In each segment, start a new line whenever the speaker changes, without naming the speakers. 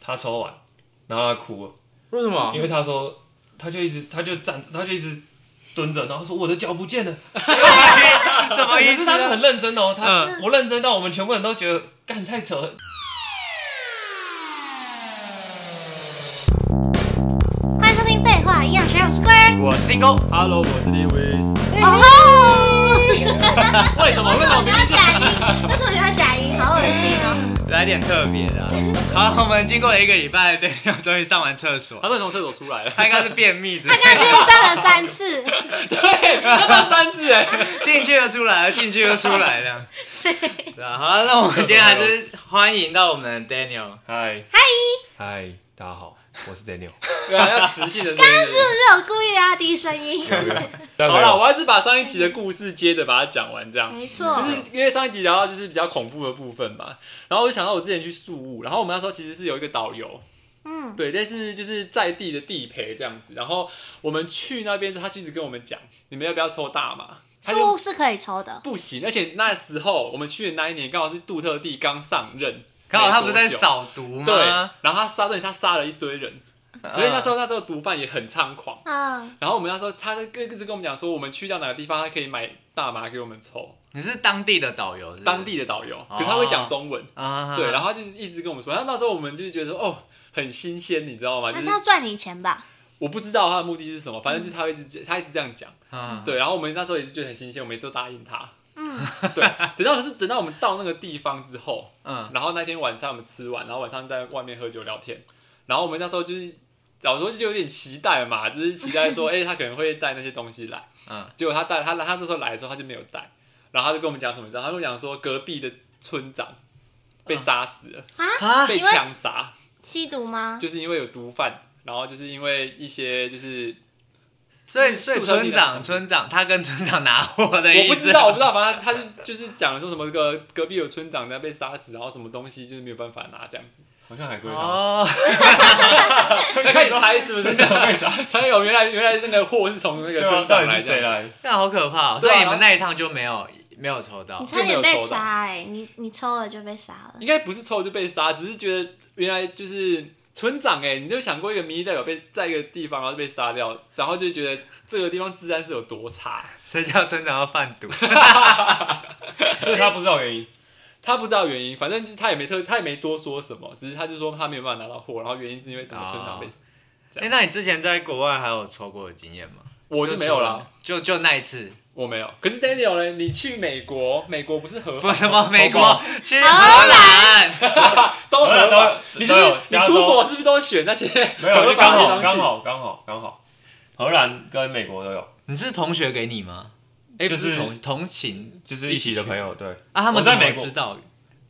他抽完，然后他哭了，
为什么？
因为他说他就一直他就站他就一直蹲着，然后说我的脚不见 了，哎
什么意
可
思
是？他是很认真哦，他、
嗯
我认真到我们全部人都觉得干太扯了。
欢迎收听《废话营养学》，我是龟儿。
我是丁工，
Hello，我是 Lewis。
哦，
为什么？为什么
我？要假音，为什么要假音？好恶心哦！
来点特别 的啊、好，我们经过了一个礼拜，对，终于上完厕所
他。是从厕所出 来了，
他应该是便秘之类
他
的，
刚刚就是上了三次，
对，他到三次哎。
进去又出来了，进去又出来 了。对啊，好，那我们今天还 是欢迎到我们的 Daniel。
嗨嗨，大家好，我是 Daniel。
对啊，要持续的。
刚刚是不是有故意拉低声音？
好了，我还是把上一集的故事接着把它讲完，这样。
没错，
就是因为上一集聊到就是比较恐怖的部分嘛，然后我就想到我之前去宿务，然后我们那时候其实是有一个导游，
嗯，
对，类似就是在地的地陪这样子，然后我们去那边，他就一直跟我们讲，你们要不要抽大麻？他
树
就
屋是可以抽的，
不行，而且那时候我们去的那一年刚好是杜特地刚上任，
刚好他不
没
是
多
在
久
扫毒
对，
吗？
然后他杀对他杀了一堆人，所以那时候那时候毒贩也很猖狂。
嗯，
然后我们那时候，他就跟一直跟我们讲说，我们去到哪个地方，他可以买大麻给我们抽。
你是当地的导游，是不是
当地的导游，可是他会讲中文，
啊，
对，然后他就一直跟我们说，他那时候我们就是觉得说，哦，很新鲜，你知道吗？就
他
是
是要赚你钱吧？
我不知道他的目的是什么，反正就是他会一直他一直这样讲，
嗯
对，然后我们那时候也是觉得很新鲜，我们也就答应他，
嗯，
对，等到可是等到我们到那个地方之后，
嗯，
然后那天晚上我们吃完，然后晚上在外面喝酒聊天，然后我们那时候就是老实说就有点期待嘛，就是期待 说，哎、他可能会带那些东西来，
嗯，
结果他带他他那时候来的时候他就没有带，然后他就跟我们讲什么，你知道，他就讲说隔壁的村长被
嗯
杀死了，
啊，
被
因为
枪杀，
吸毒吗？
就是因为有毒贩，然后就是因为一些就是
所以所以
杜特地
村
的
长村长他跟村长拿货的意
我
思，啊
不知道，我不知道，反正他就就是讲了说什么隔隔壁有村长在被杀死，然后什么东西就是没有办法拿这样子。
好像海龟 汤，
哦，
开始猜是不是？猜有原来原来那个货是从那个
对啊
村
到
长
底
来
是谁
的。
来？
那好可怕哦。所
对啊
以你们那一趟就没有没有抽到
你，差点被杀哎、你你抽了就被杀了，
应该不是抽就被杀，只是觉得原来就是村长哎、你就想过一个民意代表被在一个地方然后就被杀掉，然后就觉得这个地方治安是有多差。
谁叫村长要贩毒？
所以他不知道原因。
他不知道原因，反正就是他也没特他也没多说什么，只是他就说他没有办法拿到货，然后原因是因为什么村长被死，
哎，那你之前在国外还有抽过的经验吗？
我就没有了。，
就就那一次，
我没有。可是 Daniel 呢？你去美国，美国不是合法
不
吗？
什么美
抽
国
包
去荷兰，
都合
都有
法。你是
都
不是
有
你
加州
出国是不是都选那些
没 有，
合
就
法
刚
的地
好
方
刚
去？
好刚好刚好，荷兰跟美国都有，
你是同学给你吗？哎，
就
不
是
是同同行
就是一起的朋
友
友。对，
啊，他们
我在
怎么
美国
知道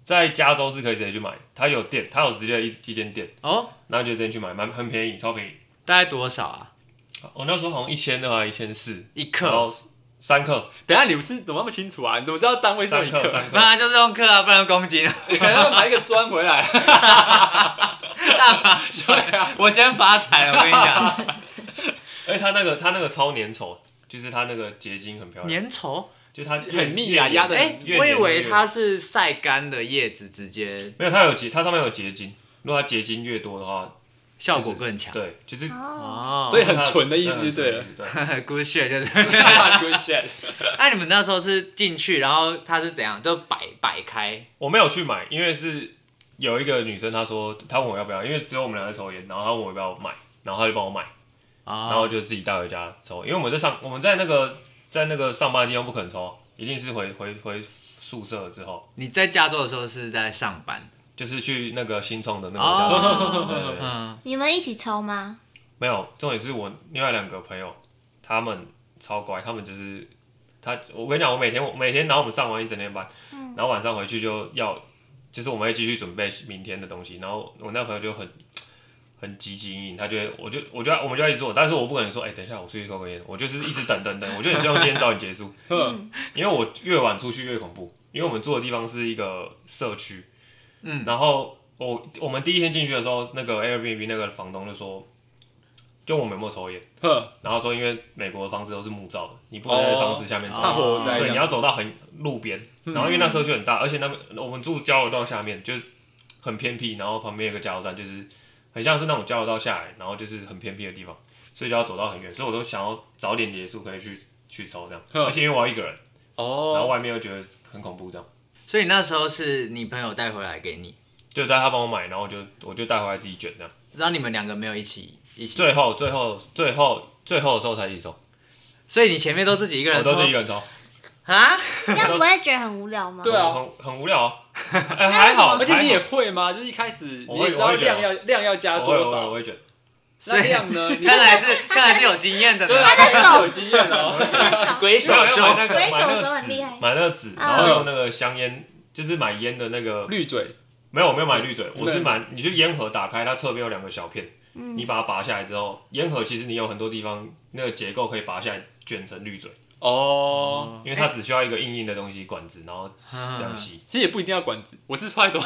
在加州是可以直接去买，他有店，他有直接一一间店，
哦，
然后就直接去买，蛮很便宜，超便宜。
大概多少啊？
我那时候好像一千二还啊一千四，
一
然
克，
后三克，
等一下你是怎么那么清楚啊？你怎么知道单位是
三
一
克，
克？
三
当
克，
然就是用克啊，不然用公斤。
你可能要买一个砖回来。
大 麻
对啊，
我先发财了，我跟你讲，
而哎且他那个他那个超粘稠，就是他那个结晶很漂亮，
粘稠。
就他
很腻啊压得
哎、
越
我以
黏
为
越
它是晒干的叶子，直接
没有，它有结，它上面有结晶。如果它结晶越多的话，
效果更强。
对，就是
哦，
哦，
所以很纯的意思
很
就对
纯的
了
意。思对，
good shit 就是。
Good shit！
那、啊你们那时候是进去，然后它是怎样？就摆摆开，
我没有去买，因为是有一个女生她说她问我要不要，因为只有我们俩在抽烟，然后她问我要不要买，然后她就帮我买，然后
哦，
我就自己带回家抽，因为我们在上我们在那个在那个上班的地方不可能抽，啊一定是回回回宿舍之后，
你在加州的时候是在上班，
就是去那个新创的那个家族对对对对
嗯，
你们一起抽吗？
没有，重点是我另外两个朋友，他们超乖，他们就是他，我跟你讲，我每天我每天，然后我们上完一整天班，然后晚上回去就要，就是我们会继续准备明天的东西，然后我那朋友就很很积极应应，他就会，我就我就要我们就要一直做，但是我不可能说，哎、等一下我出去抽根烟，我就是一直等等等，我就很希望今天早点结束，
嗯
因为我越晚出去越恐怖，因为我们住的地方是一个社区，
嗯
然后我我们第一天进去的时候，那个 Airbnb 那个房东就说，就我们有没有抽烟，
哼，
然后说因为美国的房子都是木造的，你不能在房子下面抽
大
烟，
火灾
对，
这
你
样。
要走到很路边，然后因为那社区很大，而且那边我们住交流道下面就是很偏僻，然后旁边有个加油站，就是很像是那种交流道下来，然后就是很偏僻的地方，所以就要走到很远，所以我都想要早点结束，可以去去抽这样，
嗯
而且因为我要一个人，然后
哦，
外面又觉得很恐怖这样，
所以那时候是你朋友带回来给你，
就带他帮我买，然后我就我就带回来自己卷这样，
然后你们两个没有一起一起，
最后最后最后最后的时候才一起抽，
所以你前面都自己一个
我
人
都
抽
自己一个人抽，
啊？
这样不会觉得很无聊吗？
对啊
很很无聊 啊，哎还好，
那
而
为什么
且你也
还
会吗？就是一开始
我
你
会
也知道
我会觉得
量要量要加
好我会
多
我会我
少，
会卷，
那量 呢？你
看来是 看来是有经验的呢
对，啊，
他的手
他是有经验 的哦。
手
鬼手
没有要
手
买那个
鬼
买那
手
个
手
纸
很厉害，嗯
买那个纸，然后用那个香烟，就是买烟的那个，
绿嘴，
没有，我没有买绿嘴，我
对
是买，你去烟盒打开，它侧边有两个小片，
嗯
你把它拔下来之后，烟盒其实你有很多地方那个结构可以拔下来卷成绿嘴，
哦，
因为
哎
它只需要一个硬硬的东西管子，然后
嗯
这样吸。
其实也不一定要管子，我是 揣多。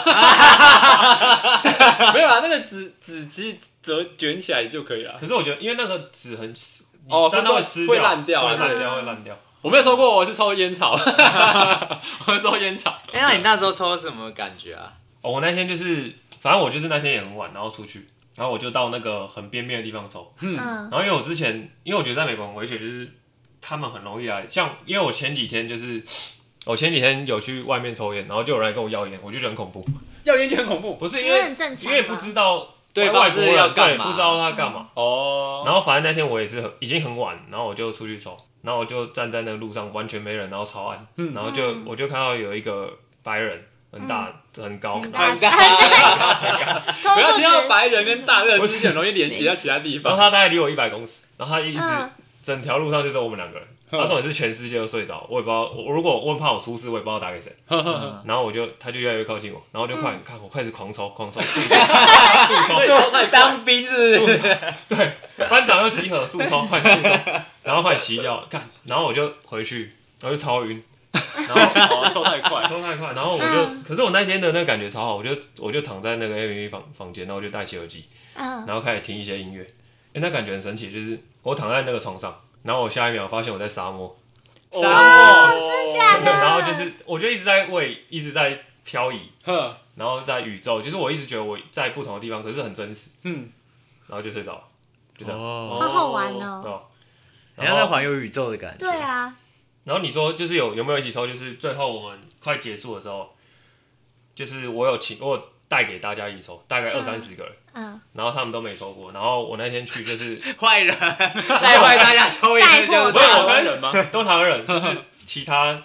没有啊，那个纸纸其实折卷起来就可以了。
可是我觉得，因为那个纸很湿，
哦
你沾到
会断
湿
会烂掉
会
啊
烂
对
掉，会烂掉。
我没有抽过，我是抽烟草， 我是抽烟草。
哎，那你那时候抽什么感觉啊？
哦，我那天就是，反正我就是那天也很晚，然后出去，然后我就到那个很边边的地方抽，
嗯
然，后因为我之前，因为我觉得在美国很危险，就是他们很容易来，像因为我前几天就是我前几天有去外面抽烟，然后就有人来跟我要烟，我就觉得很恐怖。
要烟就很恐怖
不是因
因为
为
很正常
因
吧，
为不知道
对
外国
不知
人
道要干
对
嘛
不知道他干嘛。
哦。
然后反正那天我也是很已经很晚，然后我就出去抽，然后我就站在那个路上完全没人，然后超暗，然后就
嗯
我就看到有一个白人很大很高，
很
然后
大
很大，
偷
不要
裤
听到
子，
白人跟大热之间容易连接到其他地
然 后
方。哦
他大概离我一百公尺，然后他一直
嗯，
整条路上就只有我们两个人，
嗯
然后重点是全世界都睡着，我也不知道，我我如果我很怕我出事，我也不知道打给谁，然后我就他就越来越靠近我，然后就快
嗯
点看我开始狂抽狂抽，速抽
所以抽太大，
当兵是不是？
对，班长要集合速抽快速抽，然后快洗掉干，然后我就回去，然后就超晕，然后
哦抽太快。
抽太快，然后我就，可是我那天的那个感觉超好，我就我就躺在那个 A P P 房房间，然后我就戴起耳机，
嗯，
然后开始听一些音乐，哎，那感觉很神奇，就是我躺在那个床上，然后我下一秒发现我在沙漠。
哇，真
假的
对，然后就是我就一直在为一直在漂移，
哼，
然后在宇宙，就是我一直觉得我在不同的地方，可是很真实，
嗯，
然后就睡着了，就这样。
哦，
好好玩哦。
哦，
你
然
要在
后
环游宇宙的感觉。
对，啊，
然后你说就是有有没有一起抽？就是最后我们快结束的时候，就是我有请我有带给大家一起抽，大概二三十个人，
嗯，
然后他们都没抽过，然后我那天去就是
坏人带坏大家抽烟就是
带货
不是
他
我跟
人吗？
都台湾人，就是其他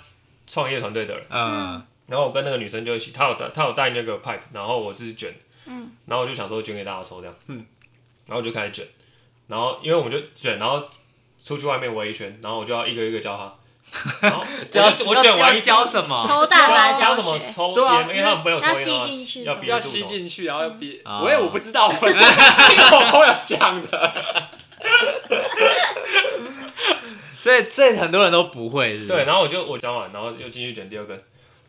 创业团队的人。
嗯，
然后我跟那个女生就一起，她有带她有带那个 pipe，然后我自己卷，
嗯，
然后我就想说卷给大家抽这样，
嗯，
然后我就开始卷，然后因为我们就卷，然后出去外面围一圈，然后我就要一个一个教她，然 后
嗯要
我就我卷完一
教什么？
抽大麻
教什
教
么
学，
抽
对啊
烟，因为他们不有抽
要
烟啊
吸进去
要
什么
憋
要
住
吸
抽
进去，然后要憋。
啊
我也我不知道，我是听我朋友讲 的。
所以所以很多人都不会，是不是
对，，然后我就我讲完，然后又进去卷第二根，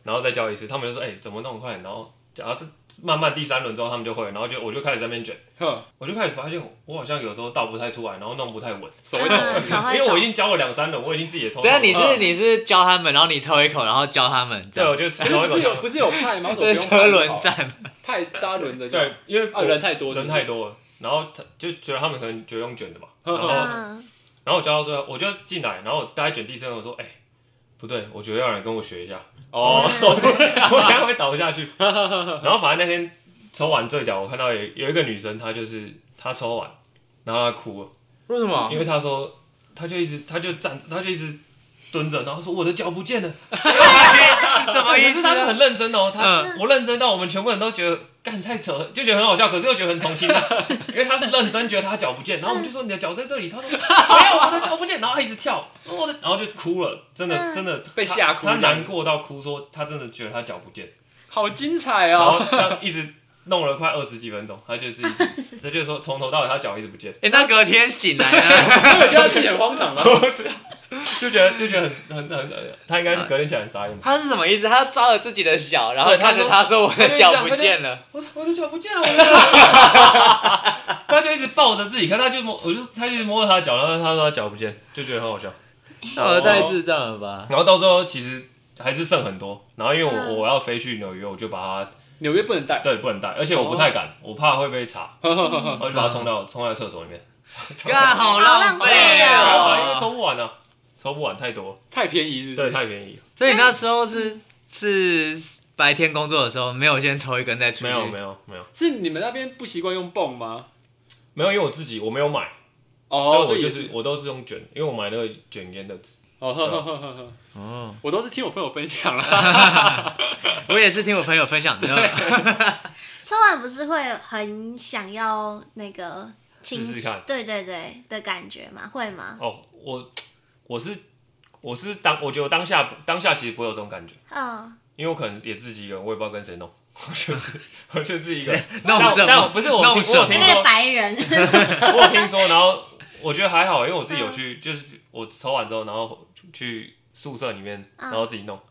然后再教一次，他们就说哎、怎么那么快，然后然后这慢慢第三轮之后他们就会了，然后就我就开始在那边卷，
哼，
我就开始发现我好像有时候倒不太出来，然后弄不太稳。
手会抖。
嗯，手
因
会
为我已
抖，
经教了两三轮，我已经自己也抽
等
到
下
了。
啊你是
嗯
你是教他们，然后你抽一口，然后教他们，这
对，
样
我就吃
不
到一
是有
口。
不是有派吗？为什
对，
么不用
车
派
轮
好
战，
派搭轮的就
对，因为
啊人太多，
人太多了，然后他就觉得他们可能觉得用卷的吧，然后
嗯
嗯，
然后我教到最后，我就进来，然后我大概卷第三轮，我说哎、不对，我觉得要有人跟我学一下，
哦，
受不了， 我等下会倒下去。然后反正那天抽完最屌，我看到有有一个女生，她就是她抽完，然后她哭了，
为什
哦
么
因为她说她就一直她就站她就一直蹲着，然后说我的脚不见了。
什么意
可是
思
他是
啊？
很认真哦，他、
嗯
我认真到我们全部人都觉得干太扯，了，就觉得很好笑，可是又觉得很同情他，啊因为他是认真觉得他脚不见，然后我们就说你的脚在这里，他说没有，我的脚不见，然后他一直跳，我的，然后就哭了，真的
嗯
真的
被吓哭
他，他
这样
难过到哭，说他真的觉得他脚不见，
好精彩
然
哦！
后这样一直弄了快二十几分钟，他就是一直，他就说从头到尾他脚一直不见，
哎，那隔天醒来啊呢？
我觉得自己很荒唐吗？
就觉得就觉得很很很，很他应该是隔天起来很傻眼吧。
他是什么意思？他抓了自己的脚，然后
对他
看着
说
他说：“我
他
的
就
脚
讲
不
他就
见了。
我的我的脚不见 了，我的脚不见了。他就一直抱着自己，看他就摸，我就他就一直摸着他的脚，然后他说他脚不见，就觉得很好笑。”
那我太智障了吧？
然后到最后其实还是剩很多，然后因为我、
嗯
我要飞去纽约，我就把它
纽约不能带，
对，不能带，而且我不太敢，我怕会被查，然后就把它冲到冲到厕所里面。
干好浪
不
费
要因为
哦！
抽不完啊，抽不完太多，
太便宜是不
对，
是？
太便宜了。
所以你那时候是是白天工作的时候，没有先抽一根再出去，
没有没有没有
是你们那边不习惯用泵吗？
没有，因为我自己我没有买，
哦，
所以我
也
就是我都是用卷，因为我买那个卷烟的纸。
哦呵呵呵呵呵，
哦，
我都是听我朋友分 享啦。
我也是听我朋友分享的，
抽完不是会很想要那个清
试试看
对对对的感觉吗？会吗？
哦，我我是我是当我觉得我当下当下其实不会有这种感觉，
嗯，
因为我可能也自己一个人，我也不知道跟谁弄， 我就是我就自己一个人。但
弄
我
什
但我
么？
不是我
弄
听
什
我
么
听
那个
说
白人，
我有听说，然后我觉得还好，因为我自己有去，就是我抽完之后，然后去宿舍里面，然后自己弄。
呵
嗯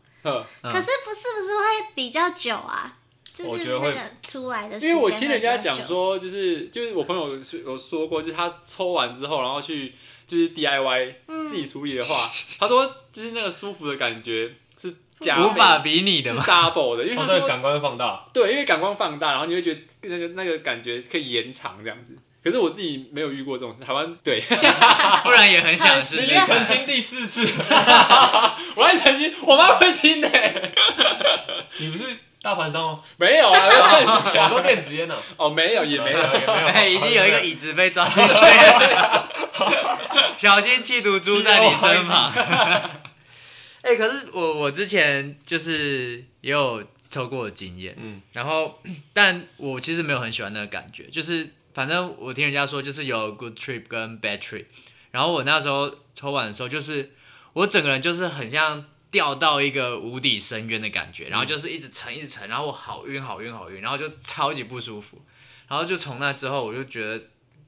可是不是不是会比较久啊？就
我
是
觉
那
得会
个出来的时
因为
间，
我听人家讲，说，就是就是我朋友是有说过，就是他抽完之后，然后去就是 DIY
嗯
自己处理的话，他说就是那个舒服的感觉是加
无
倍
法比拟的
是
嘛。
double 的，因为
哦，
他
对，
哎说
感官会放大，
对，因为感光放大，然后你会觉得那个那个感觉可以延长这样子。可是我自己没有遇过这种事，台湾对
不然也很想试
很
试
实验
澄
看。
清第四次，
我还曾经我妈会听呢、
你不是大盘商哦，
没有啊，没有乱
我说
讲
电子烟呢，
哦，没有也 没有，
也没有，
哎，已经有一个椅子被抓进去了，小心气毒猪在你身旁。 哎、可是我我之前就是也有抽过的经验，
嗯，
然后 但我其实没有很喜欢那个感觉，就是反正我听人家说就是有 good trip 跟 bad trip，然后我那时候抽完的时候，就是我整个人就是很像掉到一个无底深渊的感觉，然后就是一直沉一直沉，然后我好晕好晕好晕，然后就超级不舒服，然后就从那之后我就觉得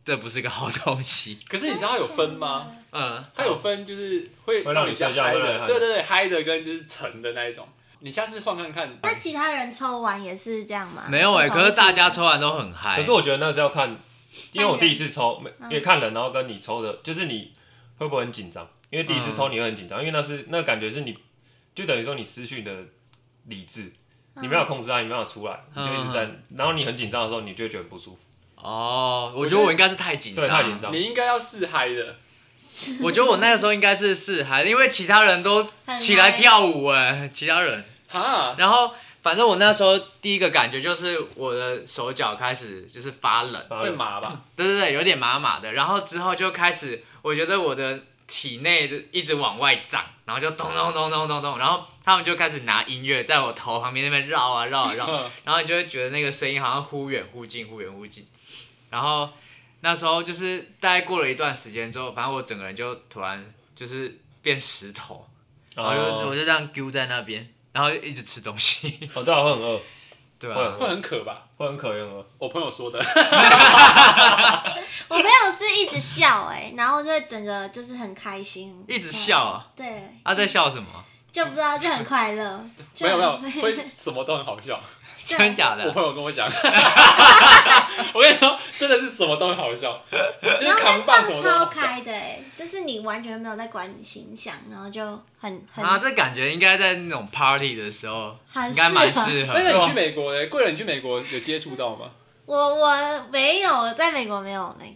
这不是个好东西，
可是你知道它有分吗？
嗯，
它有分，就是会
会让你
比较
睡觉
嗨
会让你
的，
嗨
对对对，嗨的跟就是沉的那一种。你下次换看看，
那其他人抽完也是这样吗？
没有哎、
这种
可是大家抽完都很
哎
嗨，
可是我觉得那是要看，因为我第一次抽，
嗯
也看人，然后跟你抽的，就是你会不会很紧张？因为第一次抽你会很
嗯
紧张，因为那是那感觉是你，就等于说你失去你的理智，
嗯
你没有控制它，你没有出来，
嗯
你就一直在，然后你很紧张的时候，你就会觉得不舒服，
哦，我觉得我应该是太紧张，
对，太紧张
你。应该要试嗨的，
我觉得我那个时候应该是四海，因为其他人都
很
起来
嗨
跳舞哎， 其他人。
哈，
然后反正我那时候第一个感觉就是我的手脚开始就是发冷，
然后
会麻吧？
对对对，有点麻麻的。然后之后就开始，我觉得我的体内的一直往外长，然后就咚咚咚咚咚咚，然后他们就开始拿音乐在我头旁边那边绕啊绕啊绕啊，然后你就会觉得那个声音好像忽远忽近，忽远忽近。然后那时候就是大概过了一段时间之后，反正我整个人就突然就是变石头，然后就、我
哦，
就这样丢在那边，然后就一直吃 东西，
我知哦啊道会很饿，
对啊
会
吧、
很
会
饿，
很渴吧？
会很渴，会很饿。
我朋友说的，
我朋友是一直笑哎、然后就会整个就是很开心，
一直笑啊，
对，对，
他、在笑什么？
就不知道就很快乐，就
没有没 有，
很
会什么都很好笑。
对
真假
我
的？
朋友跟我讲， 我跟你说，真的是什么都很好 笑，就是
然后
扛
会
棒
放
什么都
超
好笑。
开的哎、就是你完全没有在管你形象，然后就很很、
啊，这感觉应该在那种 party 的时候，
很
应
适
该蛮
合。
适合
那你去
的。
美国嘞？贵人，你去美国有接触到吗？
我我没有在美国没有那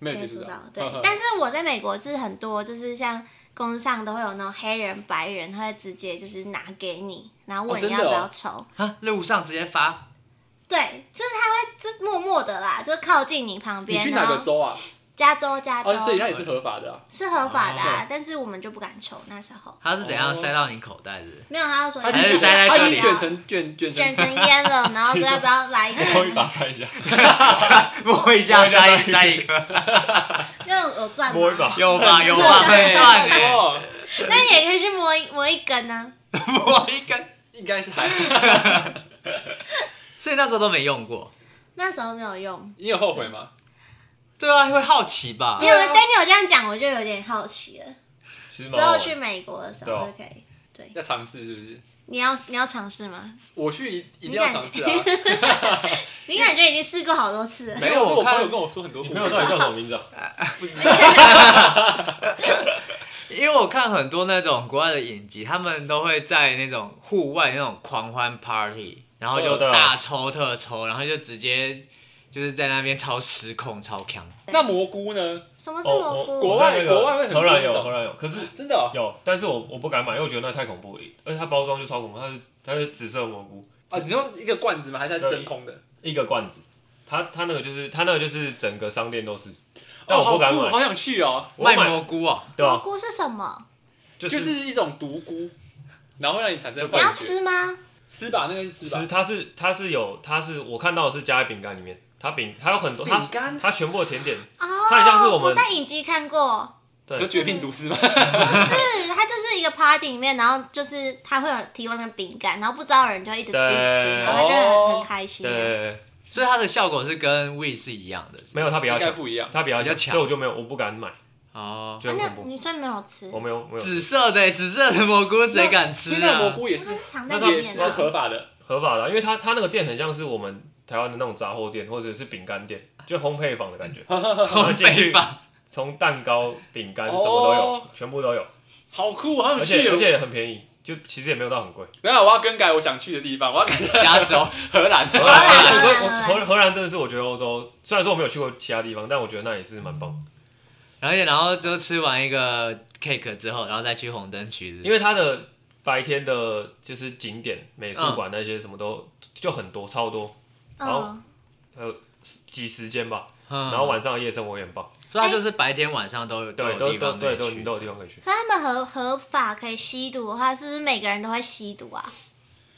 没
个
有
接
接
触
触
到
到，
对
呵呵，
但是我在美国是很多，就是像公司上都会有那种黑人、白人，他会直接就是拿给你，然后问你
哦真的
要
哦
不要抽。
啊，路上直接发，
对，就是他会就默默的啦，就靠近你旁
你
边。
去
然
哪
后
个州啊？
加州，加州、
哦，所以它也是合法的啊。
是合法的、啊
哦
但是我们就不敢抽那时候。
他是怎
哦
样塞到你口袋的？
没有，他就说
它已
要
还
经
是
卷
不要
塞在
它
这
已
里
经
啊
卷成卷卷
卷
成，
成烟了，然后说要不要来一个？
我会把它塞一 下，
摸一下塞一塞一个，
就有有赚
摸一
吗
把？
有吧 有吧，
吧
很
赚
赚 哎，
哦，
那你也可以去摸一摸一根啊呢、
摸一根。
应该是还。
所以那时候都没用过。
那时候没有用。
你有后悔吗？
对啊，会好奇吧
因？为但你有这样讲，我就有点好奇了。
其实
之
蛮好
后
玩
去美国的时
哦对
候
啊
就可以。
要尝试是不是？
你要你要尝试吗？
我去一一定要尝试啊！
你感觉已经试过好多次了，
没有，我
我看
朋友跟我说很多
你
故
朋友
事
到，底叫什么名字啊？
因为我看很多那种国外的影集，他们都会在那种户外那种狂欢 party，然后
哦
就
对啊
大抽特抽，然后就直接就是在那边超失控、超强。
那蘑菇呢？
什么是
哦
蘑菇？
我
国
我
外
在那个
国外会很
荷兰
多
有
种
荷兰有，可是
真的哦
有，但是我我不敢买，因为我觉得那太恐怖了，而且它包装就超恐怖，它是它是紫色蘑菇，
啊？你说一个罐子吗？还是它真空的？
一个罐子，它它那个就是它那个就是整个商店都是，但
哦，
我
好
不
酷
敢买，，
好想去哦！
我买
卖蘑菇哦，
对啊
蘑
吧？
菇是什么？
就
就是是一种毒菇，然后会让你产生
就
你
幻
感
要
觉
觉。
吃吗？
吃吧，那个是吃吧
吃，。它是它是有它是我看到的是加在饼干里面，它饼它有很多它
饼干
它全部的甜点，
哦，
它很像是我们
在影集看过，
对
有绝命毒师吗？
是它就是一个 party 里面，然后就是它会有提外面饼干，然后不知道的人就一直吃一直吃，
对
然后他就很
哦
很开心。
对，
所以它的效果是跟 We 是一样的。
没有它比
应
较
该
小，
不一样。
它比较
比较
小，
强
所以我就没有我不敢买，
哦，
觉得
啊
很、
那
恐怖，
你真没有吃，
我没有没有
紫色的紫色的蘑菇谁敢
所以
吃
那
啊？
蘑菇也
它
是
是藏在
那
里
它
也
面
是
的啊。
合法的，
合法的啊、因为它它那个店很像是我们台湾的那种杂货店或者是饼干店，就烘焙坊的感觉，
烘焙坊，
从蛋糕、饼干什么都有，
哦
全部都有，
好酷，好
而
想
且
去
而
哦！
且也很便宜，就其实也没有到很贵。
没有，我要更改我想去的地方，我要改
加州。
荷兰。
荷
哎
兰荷兰
我荷荷兰真的是我觉得欧洲，虽然说我没有去过其他地方，但我觉得那也是蛮棒，
嗯然后然后就吃完一个 cake 之后，然后再去红灯区，
因为它的白天的就是景点、美术馆那些什么都、就很多，超多，好
嗯，
几十间吧。
嗯
然后晚上的夜生活也很棒，
所以它就是白天晚上都有
对，
有
都
地
都
方
对
可以
都
去
都有地方可以去。
可他们合合法可以吸毒的话，是不是每个人都会吸毒啊？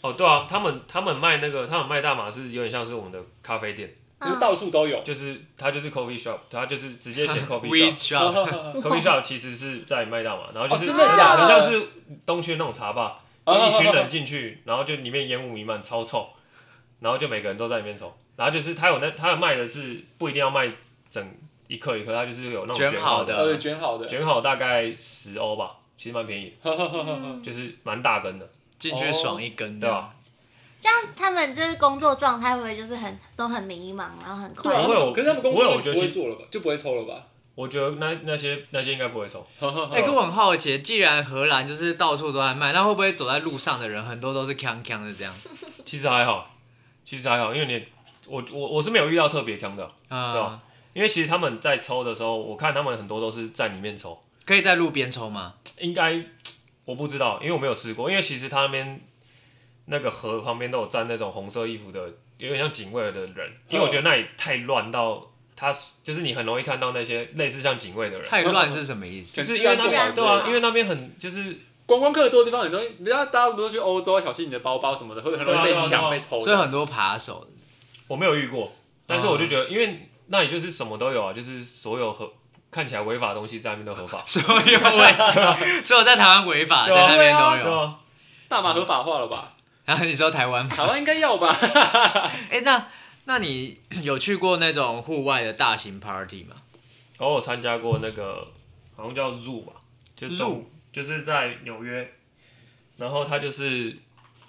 哦，对啊，他们他们卖那个，他们卖大麻是有点像是我们的咖啡店，
就是到处都有。
就是它就是 coffee shop，它就是直接 写 coffee
We
shop。
shop，
coffee shop 其实是在卖大麻，然后就
哦
是
真的假
很
的
像是东区那种茶吧，就
哦
一群人进去，然后就里面烟雾弥漫，超臭，然后就每个人都在里面抽，然后就是他有那他卖的是不一定要卖整一克一克，他就是有那种
卷
卷
好
好
的
呃，卷好的，
卷好大概十欧吧，其实蛮便宜，
嗯，
就是蛮大根的，
进去爽一根，
对吧？？
这样他们就是工作状态会不会就是很都很迷茫，然后很
对
快
啊
不会我
可是他们工
不会
作
我
就
觉得
不会
是
做了吧，就不会抽了吧？
我觉得那那些那些应该不会抽，
哎，可我很好奇，既然荷兰就是到处都在卖，那会不会走在路上的人很多都是康康的这样？
其实还好，其实还好，因为你我我我是没有遇到特别强的，对
嗯
啊，因为其实他们在抽的时候，我看他们很多都是在里面抽，
可以在路边抽吗？
应该我不知道，因为我没有试过。因为其实他那边那个河旁边都有站那种红色衣服的，有点像警卫的人，因为我觉得那里太乱到他，就是你很容易看到那些类似像警卫的人，
太乱是什 么意思
就？是因为那
自然
边
自
对
然
啊，因为那边很就是
观光客多的地方很多，你知道大家不是去欧洲，小心你的包包什么的，会很容易被
对啊对
抢、
啊
被偷
所以
的。
很多扒手 的，，
我没有遇过，但是我就觉得，因为那里就是什么都有啊，就是所有合看起来违法的东西在那边都合法
所有违，所有在台湾违法，在
对啊
那边
对啊
都
对
有。
啊，
大麻合法化了吧？
然 后你说台湾吗？
台湾应该要 吧？
哎、那那你有去过那种户外的大型 party 吗？
然后我参加过那个好像叫 Zoo 吧，就
Zoo
中就是在纽约，然后他就是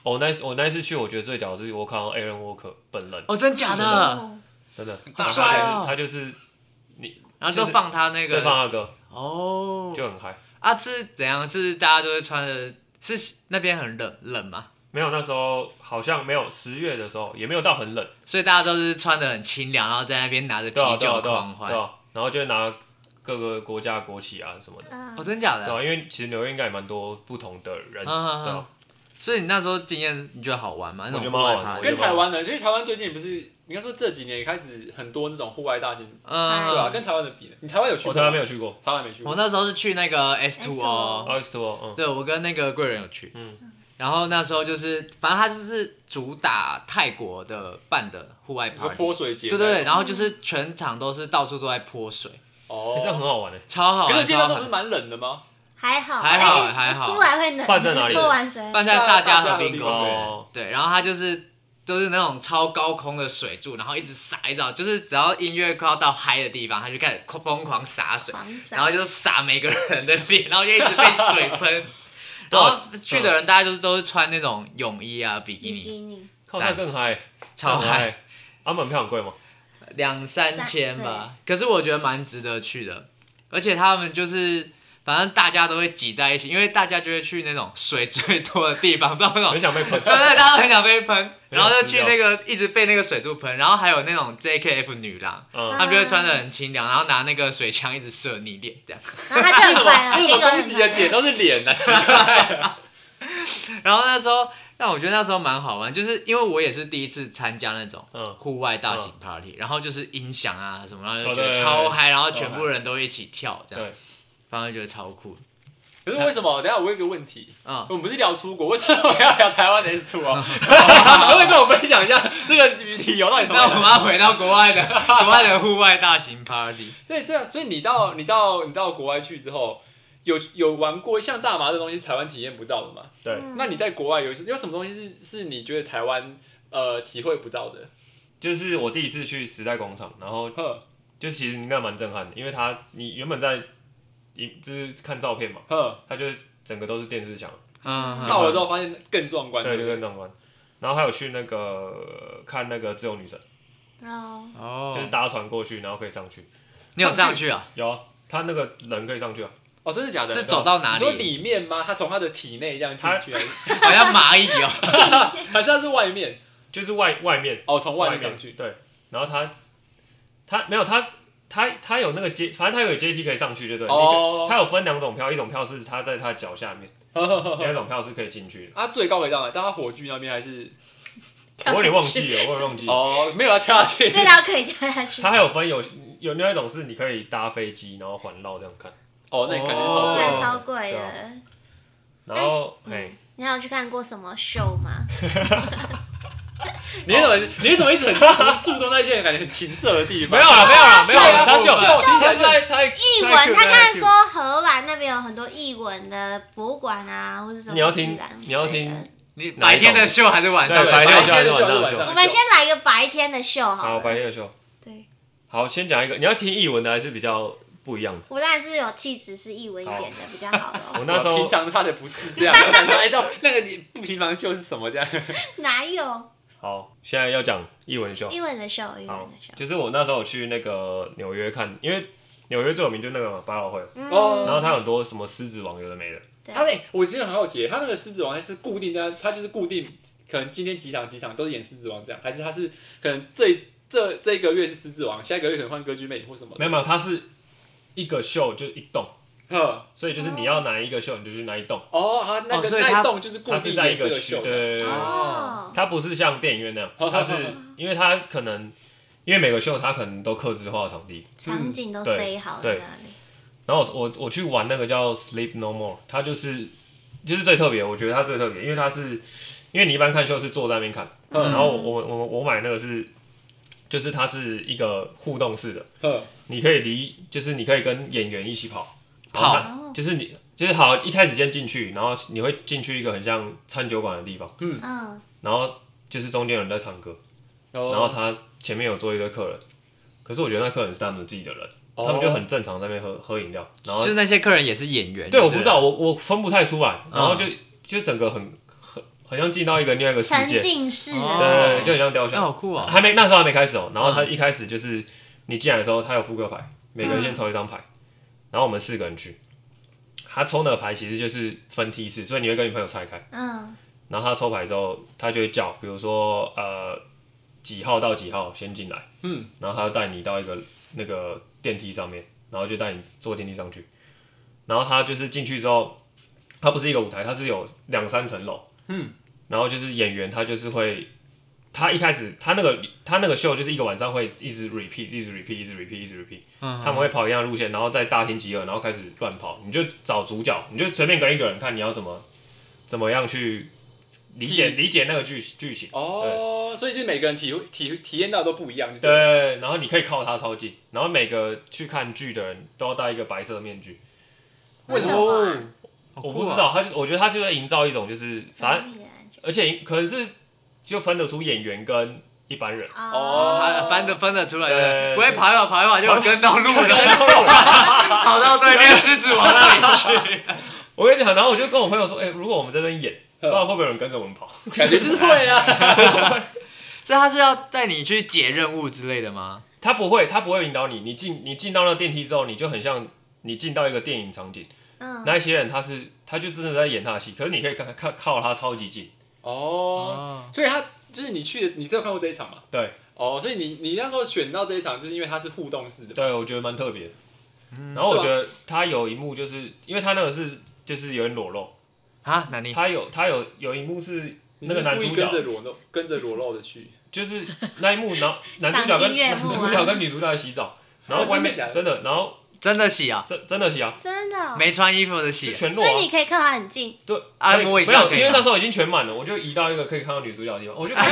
我那我那一次去，我觉得最屌的是我看到 Aaron Walker 本人，
哦，真假的？
哦
真的，
大
然后
帅
他
哦
就是他就是
然后就放他那
对
个、
放那个
哦，
就很嗨，
啊是怎样？是大家都是穿的，是那边很冷冷嘛，
没有那时候好像没有十月的时候也没有到很冷，
所以大家都是穿的很清凉，然后在那边拿着啤
对啊对啊
酒
对
狂
啊
欢。
对啊，然后就拿各个国家国旗啊什么的，
哦，
嗯，
真假
对
的？
啊，因为其实纽约应该也蛮多不同的人，对
嗯
啊，
所以你那时候经验你觉得好玩吗？那
我觉
种
得
户
蛮好
外
玩的
party
跟台湾的，因为台湾最近不是应该说这几年也开始很多这种户外大型，
嗯，
对吧、啊跟台湾的比呢，你台湾有去
我
过？
从来啊哦没有去过
台湾没去
我
过。
那时候是去那个 S Two 哦 O，
S2O
o x t o 嗯，
对，我跟那个贵人有去，
嗯
然后那时候就是，反正他就是主打泰国的办的户外
有个
party，
泼水节，
对对对，，然后就是全场都是到处都在泼水，
哦
欸，这样很好啊玩诶。
超好
可是
玩，
见到
超
这
好
候不是
玩。
蛮冷的吗？
还好，
还好
哎
还好
出来会冷。
办在哪里
过完生日，
办在
大
大家
大家
河
河
滨
滨
公
公
园，
哦，
对，然后他就是都是那种超高空的水柱，然后一直撒一道，就是只要音乐快要到嗨的地方，他就开始疯狂洒水，
狂撒
然后就洒每个人的脸，然后就一直被水 喷。然
多少
后去的人大家都是都是穿那种泳衣啊、比基
比
尼，
基尼，
靠，那更嗨，
超
更
嗨。。
啊，门票很贵吗？
两三千吧，可是我觉得蛮值得去的，而且他们就是反正大家都会挤在一起，因为大家就会去那种水最多的地方，到那种
很想被喷。
对对，大家很想被喷，
很想
然后就
吃
去
掉
那个一直被那个水柱喷，然后还有那种 JKF 女郎，
嗯，
她们就会穿的很清凉，然后拿那个水枪一直射你脸这样。
然后他就很烦啊，
为什
结
么
果很
攻击的
烦
点都是脸 呢、啊？奇怪啊！
然后那时候，但我觉得那时候蛮好玩，就是因为我也是第一次参加那种
嗯
户外大型 party，、然后就是音响啊什么，然后就
哦
觉得
对对
超
对
嗨，然后
超
全部
嗨
人都一起跳这样
对，
反正觉得超酷。
可是为什么？等一下我有一个问题，
嗯，
我们不是聊出国，为什么要聊台湾的 S Two 啊？可不可以跟我分享一下这个理由到底是什
那我们
么？
要回到国外的 国外的户外大型 party，
对对啊，所以你到你到你到国外去之后，有有玩过像大麻这东西，台湾体验不到的嘛？
对，
嗯
那你在国外有有什么东西是是你觉得台湾呃体会不到的？
就是我第一次去时代广场，然后
呵
就其实那蛮震撼的，因为它你原本在你就是看照片嘛，
呵，
它就是整个都是电视墙，
嗯，
到了之后发现更壮观，
对，
不
就跟壮观。然后还有去那个看那个自由女神，
哦，
哦
就是搭船过去，然后可以上去。
你有上去 啊？
有啊，他那个人可以上去啊，
哦，真的假的？
是走到哪
你
里
说里面吗？他从他的体内这样进去，
好像蚂蚁哦，
还是他是外面？
就是外外面
哦，从外面上
面
去。
对，然后他他没有他他他有那个阶，反正他有个阶梯可以上去，就对。
哦
你可以他有分两种票，一种票是他在他的脚 下面，另外一种票是可以进去的。
啊，最高回到哪？到他火炬那边还是？
我有点忘记了，我有点忘记了。
哦，没有要跳下去。
这道可以跳下去
它。还有分有有另外一种是你可以搭飞机，然后环绕这样看，
哦，那你感觉
哦
超
对，
贵。
超贵
对
的
啊。然后哎，
你还有去看过什么秀吗？
你怎么你怎么一直很注重在一些感觉很情色的地方？
没有了，没有了，没有了，他
他
秀
秀
了，
听起
他
来
在
就是
他
译
译
文，他刚才说荷兰那边有很多译文的博物馆啊，或者什么。
你要听你要听。
你白天的秀还是晚上
对
的
白
秀？
天
白
秀还
天
是
的秀还是
晚
晚
上
上？
我们先来一个白天的秀好
好
了。
白天的秀。
对，
好，先讲一个，你要听译文的还是比较不一样的？
我当然是有气质是译文一点的比较好
我
咯。
那时候
平常他的不是这样，我想说哎，到那个你不平常秀是什么 这样？
哪有
好，现在要讲译文的秀。
英文的秀？英
好
文的秀，。
就是我那时候有去那个纽约看，因为纽约最有名就那个嘛百老汇，
嗯
哦
然后它有很多什么狮子王有的没的，
对
他那我其实很好奇，他那个狮子王他是固定的，他就是固定，可能今天几场几场都是演狮子王这样，还是他是可能这这这一个月是狮子王，下一个月可能换歌剧魅影或什么
没
的？
有没有，它是一个秀就是一栋，
呵
所以就是你要哪一个秀你就去哪一栋，
哦，他那
哦
个
所以
那
他
一栋就是固
它
定
是在一
演这
个
个
区，
秀哦
对
的。
对对对对。
哦，
它不是像电影院那样，它是因为它可能因为每个秀它可能都刻制化场地。
场景都
对
塞好在
对
那里。
然后我我我去玩那个叫 Sleep No More，它就是就是最特别，我觉得它最特别，因为它是因为你一般看秀是坐在那边看，
嗯
然后我我我买那个是就是它是一个互动式的，
呵，
你可以离就是你可以跟演员一起跑
跑
然后看就是你。就是好，一开始先进去，然后你会进去一个很像餐酒馆的地方，
嗯，
然后就是中间有人在唱歌，
然
然后他前面有坐一堆客人，可是我觉得那客人是他们自己的人，
哦
他们就很正常在那边喝喝饮料，然后
就是那些客人也是演员。
对
不
我不知道，我我分不太出来，然后就、就整个很很好像进到一个另外一个世
沉
界，对
浸式
对
的，
对，就很像雕
那
像，
好酷哦！
还没那时候还没开始哦、然后他一开始就是你进来的时候，他有扑克牌，每个人先抽一张牌，然后我们四个人去，他抽那个牌其实就是分梯次，所以你会跟你朋友拆开。
嗯，
然后他抽牌之后，他就会叫，比如说呃几号到几号先进来，
嗯，
然后他就带你到一个那个电梯上面，然后就带你坐电梯上去，然后他就是进去之后，它不是一个舞台，它是有两三层楼，
嗯，
然后就是演员他就是会，他一开始他那个他那个秀就是一个晚上会一直 repeat 一直 repeat 一直 repeat 一直 repeat，
嗯
他们会跑一样的路线，然后在大厅集合，然后开始乱跑。你就找主角，你就随便跟一个人看你要怎么怎么样去理解
记
理解那个剧剧情。
哦，所以就每个人体会体体验到都不一样，就
对，
了
然后你可以靠他超近，然后每个去看剧的人都要戴一个白色面具。
为什
为
哦
么
什？么
哦
我不知道，
啊
他就我觉得他就在营造一种就是
神
反正，
秘的感觉。
而且可能是就分得出演员跟一般 人。
哦
啊翻得分得出来的，
对
不会跑一跑跑一跑就跟到路 人，跑到对面狮子王那里去。
我跟你讲，然后我就跟我朋友说，哎、如果我们这边演，不知道会不会有人跟着我们跑？
感 觉就是会啊。
所以他是要带你去解任务之类的吗？
他不会，他不会引导你。你进你进到那电梯之后，你就很像你进到一个电影场景，
啊
嗯
那一些人他是他就真的在演他的戏，可是你可以看看靠他超级近，
哦，
哦，
所以他就是你去的，你只有看过这一场嘛？
对
哦，所以你你那时候选到这一场，就是因为它是互动式的嘛。
对，我觉得蛮特别的。然后我觉得他有一幕就是因为他那个是就是有点裸露，
啊，哪里？
他有他有有一幕是
你
那
是
个男
故意
主
跟着
角，
裸露，跟着裸露的去，
就是那一幕，然后男主角
赏
跟
心悦
男
目啊
主角跟女主角洗澡，然后外面
哦真的假的
真的，然后
真的洗啊，
真真的洗啊，
真的哦、
没穿衣服
是
的洗，
全裸
所以
啊
你。可以靠他很近，
对，
啊
可以
摸一
没
下
有，
可以
因为
吗
那时候已经全满了，我就移到一个可以看到女主角的地方，我就看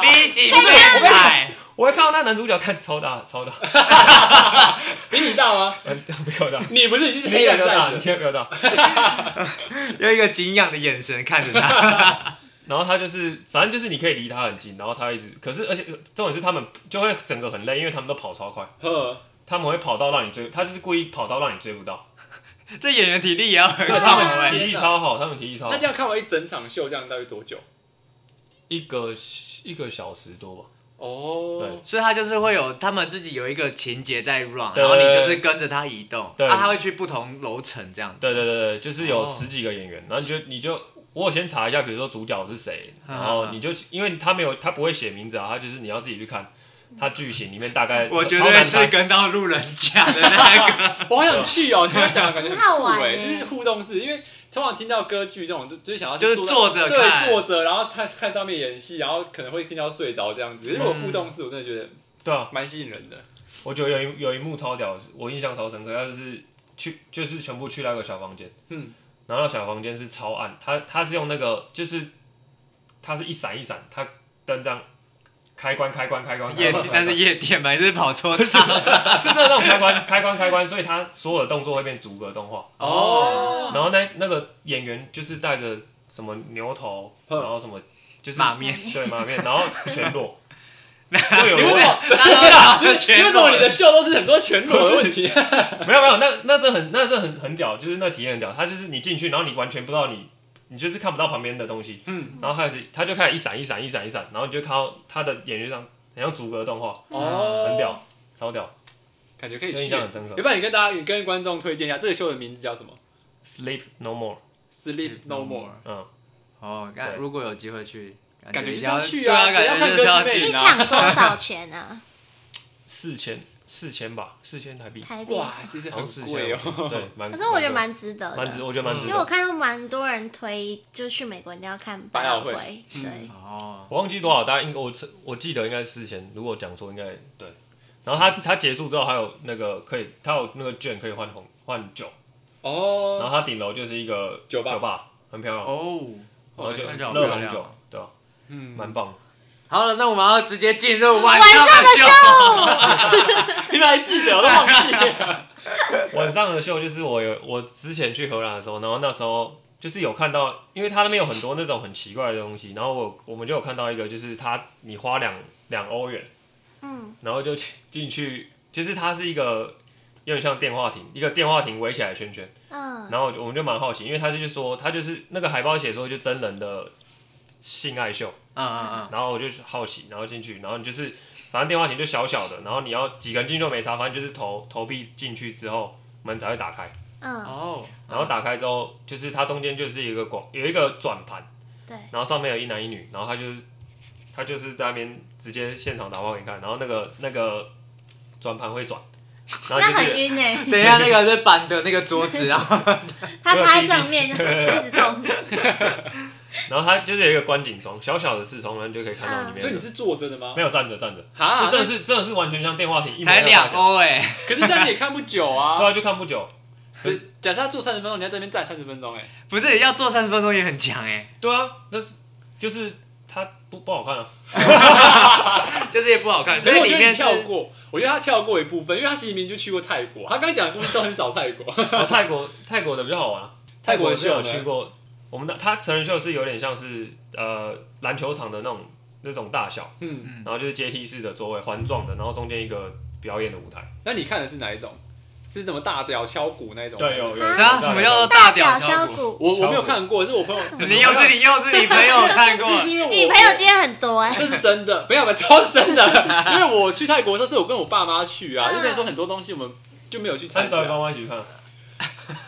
第一集
可以
最
看
矮，
我会看到那男主角看超大超大，
比你大吗？
嗯，不要大，
你不是已经 是
你
黑
也
人
不要大，
赛
你
子？
也不要大。
用一个敬仰的眼神看着 他。
然后他就是，反正就是你可以离他很近，然后他一直，可是而且重点是他们就会整个很累，因为他们都跑超快，
呵，
他们会跑到让你追，他就是故意跑到让你追不 到。
这演员体力也要很
对，他
好
们
哎、
体力超好，他们体力超好
那这，样看完一整场秀，这样大约多久？
一个一个小时多吧。
哦
对，
所以他就是会有他们自己有一个情节在 run，
对
然后你就是跟着他移动，
对
啊，他会去不同楼层这样。
对对对对，就是有
哦
十几个演员，然后你就你就我有先查一下，比如说主角是谁，
嗯
然后你就因为他没有他不会写名字啊，他就是你要自己去看他剧情里面大概
我
超
绝
超
对
难
是
猜
跟到路人甲的那个，
我好想去哦！你这样讲感觉
很好
酷
玩欸
哎，
耶
就是互动式，因为通常听到歌剧这种，就就是想要
就是
坐
坐着看
对坐着，然后看看上面演戏，然后可能会听到睡着这样子。可是我互动式，我真的觉得
对啊，
蛮吸引人的。
我觉得有一有一幕超屌的是，我印象超深刻，他就是去就是全部去那个小房间，
嗯，
然后那小房间是超暗，它它是用那个就是它是一闪一闪，它灯这样开关开关开关，开
夜
关，
但是夜店嘛，就是跑错场。
是真的那种开关开关开关，所以它所有的动作会变逐格动 画，
嗯
哦，
然后那那个演员就是带着什么牛头，
嗯
然后什么就是
马面
对马面，然后全 裸，就有
你为
裸
什么？
大家都
因为
全
什 么
裸
你的秀都是很多全裸的问题？
没有没有，那那这很那这很很屌，就是那体验很屌。它就是你进去，然后你完全不知道你，你就是看不到旁边的东西，
嗯，
然后开始它就开始一闪一闪一闪一闪，然后你就看到它的演员上很像逐格动画，
哦，
很屌，超屌，
感觉可以
就
去
印象很深刻
要。不然你跟大家，你跟观众推荐一下这个秀的名字叫什么
Sleep no more，
？Sleep No More。
嗯，
哦，
对
那如果有机会去，
感觉
一
就是
定要
要去
对
啊
啊，
谁要
感觉
看
就
歌
是要
剧魅
一
去
影啊
啊。
场多少钱啊？
四千四千吧，四千台币，
台币？
哇，其实
好
很
像四
贵
千，
哦。
对，蛮。
可是我觉得蛮值得
蛮值，
的，
我觉得蛮值
因为我
得。
看到蛮多人推，就去美国一定要看百老
百老
汇，对，
哦，
我忘记多少，大家应该我我记得应该是四千，如果讲错应该对。然后它它结束之后还有那个可以，它有那个券可以换红换酒。然
哦，
后它顶楼就是一个
酒吧
很漂亮，
哦，
然后就
看起来好
热
漂
红
亮
酒
哦，
对吧？
嗯，
蛮棒的。
好了，那我们要直接进入晚
晚
上
上
的
的
秀。
秀，
你们还记得？我都忘记了。
晚上的秀就是我有我之前去荷兰的时候，然后那时候就是有看到，因为它那边有很多那种很奇怪的东西，然后我我们就有看到一个，就是它你花两两欧元，
嗯，
然后就进进去，就是它是一个有点像电话亭，一个电话亭围起来的圈圈，
嗯，
然后我就我们就蛮好奇，因为它就是说它就是那个海报写说就真人的性爱秀。
嗯嗯嗯，
然后我就好奇，然后进去，然后你就是反正电话亭就小小的，然后你要几个人进去都没差，反正就是投投币进去之后门才会打开，
嗯，
哦，
然后打开之后就是它中间就是有一个广有一个转盘，
对，
然后上面有一男一女，然后他就是他就是在那边直接现场打包给你看，然后那个那个转盘会转，然后
那
就
很
是
晕哎，
等一下，那个是板的那个桌子，然后
他趴上面就一直动，
然后它就是有一个观景窗，小小的视窗，然后你就可以看到里
嗯
面
所以
的
你
人。
是坐着的吗
没？有站着站着，
啊
就真的是真的是完全像电话亭一模一
才
样的
两
哦
大小，
欧哎，
可是这样你也看不久
对
啊。
啊，就看不久，
是，假设他坐三十分钟，你要在那边站三十分钟，哎，
不是要做三十分钟也很强哎，
对啊，但是就是它不不好看啊。
就是也不好看，所
可是
以
我
里
觉得
面
你
是
跳过，我觉得他跳过一部分，因为他其实明明就去过泰国，他刚刚讲的故事都很少泰国。
哦，泰国泰国的比较好玩啊，
泰国
的
的
是
秀
有
呢
去过，我们的它成人秀是有点像是呃篮球场的那种那种大小，
嗯，
然后就是阶梯式的座位环状的，然后中间一个表演的舞台。
那你看的是哪一种？是什么大屌敲鼓那一种？
对，有有。
是啊，什么叫做
大
屌
屌
敲
削
鼓？
骨，
我我没有看过，是我朋友。
你又是你又是你朋 友看过
这是因为我
你朋友今天很多哎，
这是真的，没有没有，这是真的。因为我去泰国的时候，是我跟我爸妈去啊，
嗯
就跟你说很多东西我们就没有去
参
参
照
加。
帮我一起看，